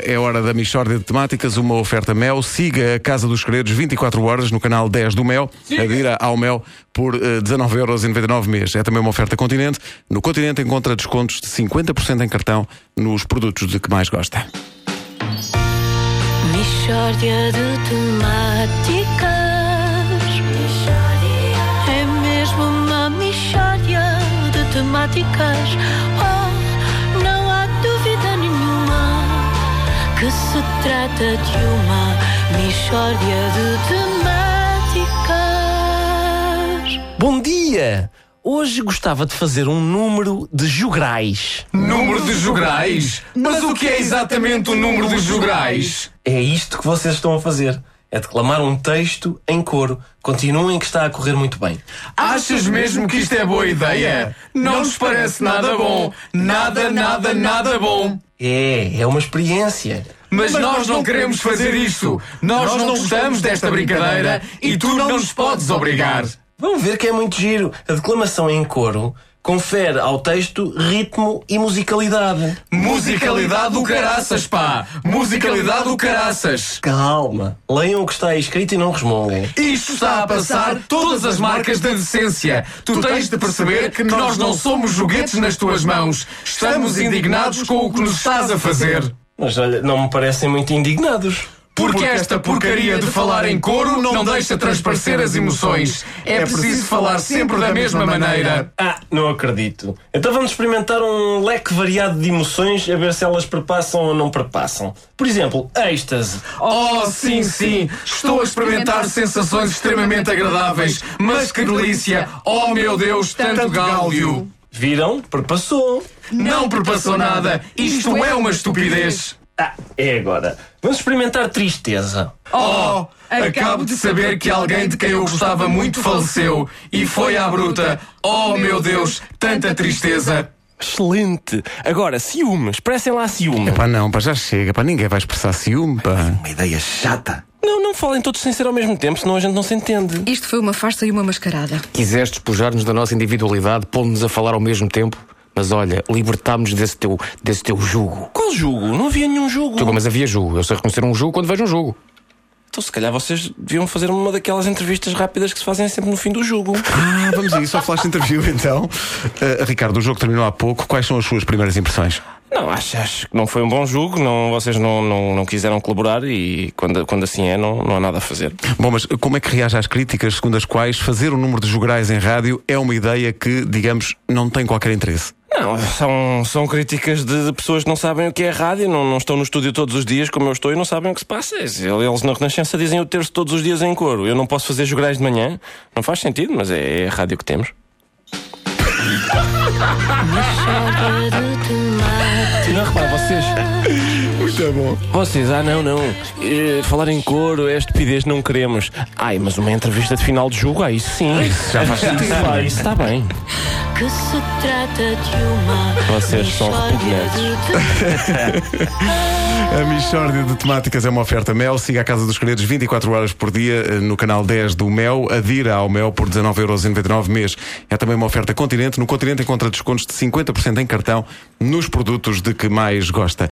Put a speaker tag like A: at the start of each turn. A: é hora da Michórdia de Temáticas, uma oferta Mel. Siga a Casa dos Segredos 24 horas no canal 10 do Mel. Adira ao Mel por eh, 19,99€ mês. É também uma oferta Continente. No Continente encontra descontos de 50% em cartão nos produtos de que mais gosta.
B: Mistória de temáticas. É mesmo uma mistória de temáticas. Oh, não há dúvida nenhuma que se trata de uma mistória de temáticas.
C: Bom dia! Hoje gostava de fazer um número de jograis.
D: Número de jograis? Mas o que é exatamente o número de jograis?
C: É isto que vocês estão a fazer. É declamar um texto em coro. Continuem que está a correr muito bem.
D: Achas mesmo que isto é boa ideia? Não nos parece nada bom. Nada, nada, nada bom.
C: É, é uma experiência.
D: Mas nós não queremos fazer isto. Nós não gostamos desta brincadeira e tu não nos podes obrigar.
C: Vão ver que é muito giro. A declamação em coro confere ao texto ritmo e musicalidade.
D: Musicalidade do caraças, pá! Musicalidade do caraças!
C: Calma. Leiam o que está aí escrito e não resmungem.
D: Isto está a passar todas as marcas da decência. Tu tens de perceber que nós não somos joguetes nas tuas mãos. Estamos indignados com o que nos estás a fazer.
C: Mas olha, não me parecem muito indignados.
D: Porque esta porcaria de falar em coro não deixa transparecer as emoções. É preciso falar sempre da mesma maneira.
C: Ah, não acredito. Então vamos experimentar um leque variado de emoções a ver se elas perpassam ou não perpassam. Por exemplo, êxtase.
D: Oh, sim, sim, estou a experimentar sensações extremamente agradáveis. Mas que delícia! Oh, meu Deus, tanto gálio!
C: Viram? Perpassou.
D: Não perpassou nada. Isto é uma estupidez.
C: Ah, é agora. Vamos experimentar tristeza.
D: Oh, acabo de saber que alguém de quem eu gostava muito faleceu e foi à bruta. Oh, meu Deus, tanta tristeza.
C: Excelente. Agora, ciúme. Expressem lá ciúme.
A: Pá, não, pá, já chega. Pá, ninguém vai expressar ciúme, pá.
E: Uma ideia chata.
C: Não, não falem todos sem ser ao mesmo tempo, senão a gente não se entende.
F: Isto foi uma farsa e uma mascarada.
G: Quiseste despojar-nos da nossa individualidade, pondo-nos a falar ao mesmo tempo, mas olha, libertámos-nos desse teu, desse teu jugo.
C: Qual jogo? Não havia nenhum jogo.
G: Desculpa, mas havia jugo. Eu sei reconhecer um jugo quando vejo um jogo.
C: Então se calhar vocês deviam fazer uma daquelas entrevistas rápidas que se fazem sempre no fim do jogo.
A: Ah, vamos a isso, ao flash interview então. Ah, Ricardo, o jogo terminou há pouco. Quais são as suas primeiras impressões?
C: Não, acho, acho que não foi um bom jogo, não, vocês não, não, não quiseram colaborar e quando, quando assim é não, não há nada a fazer.
A: Bom, mas como é que reage às críticas segundo as quais fazer o número de jograis em rádio é uma ideia que, digamos, não tem qualquer interesse?
C: Não, são, são críticas de, de pessoas que não sabem o que é rádio, não, não estão no estúdio todos os dias como eu estou e não sabem o que se passa. Eles eles na Renascença dizem o terço todos os dias em coro. Eu não posso fazer jograis de manhã, não faz sentido, mas é, é a rádio que temos.
B: Mistória de temáticas.
C: Não, repara, vocês.
A: Muito bom.
C: Vocês, ah não, não. Eh, falar em coro é estupidez, não queremos. Ai, mas uma entrevista de final de jogo, aí sim. Isso já faz sentido. Isso está bem.
B: que se trata de uma
C: Vocês são
B: mistória
C: repugnantes.
B: de
A: A Michórdia de Temáticas é uma oferta Mel. Siga a Casa dos Credos 24 horas por dia eh, no canal 10 do Mel. Adira ao Mel por 19,99€ mês. É também uma oferta Continente. No Continente encontra descontos de 50% em cartão nos produtos de que mais gosta.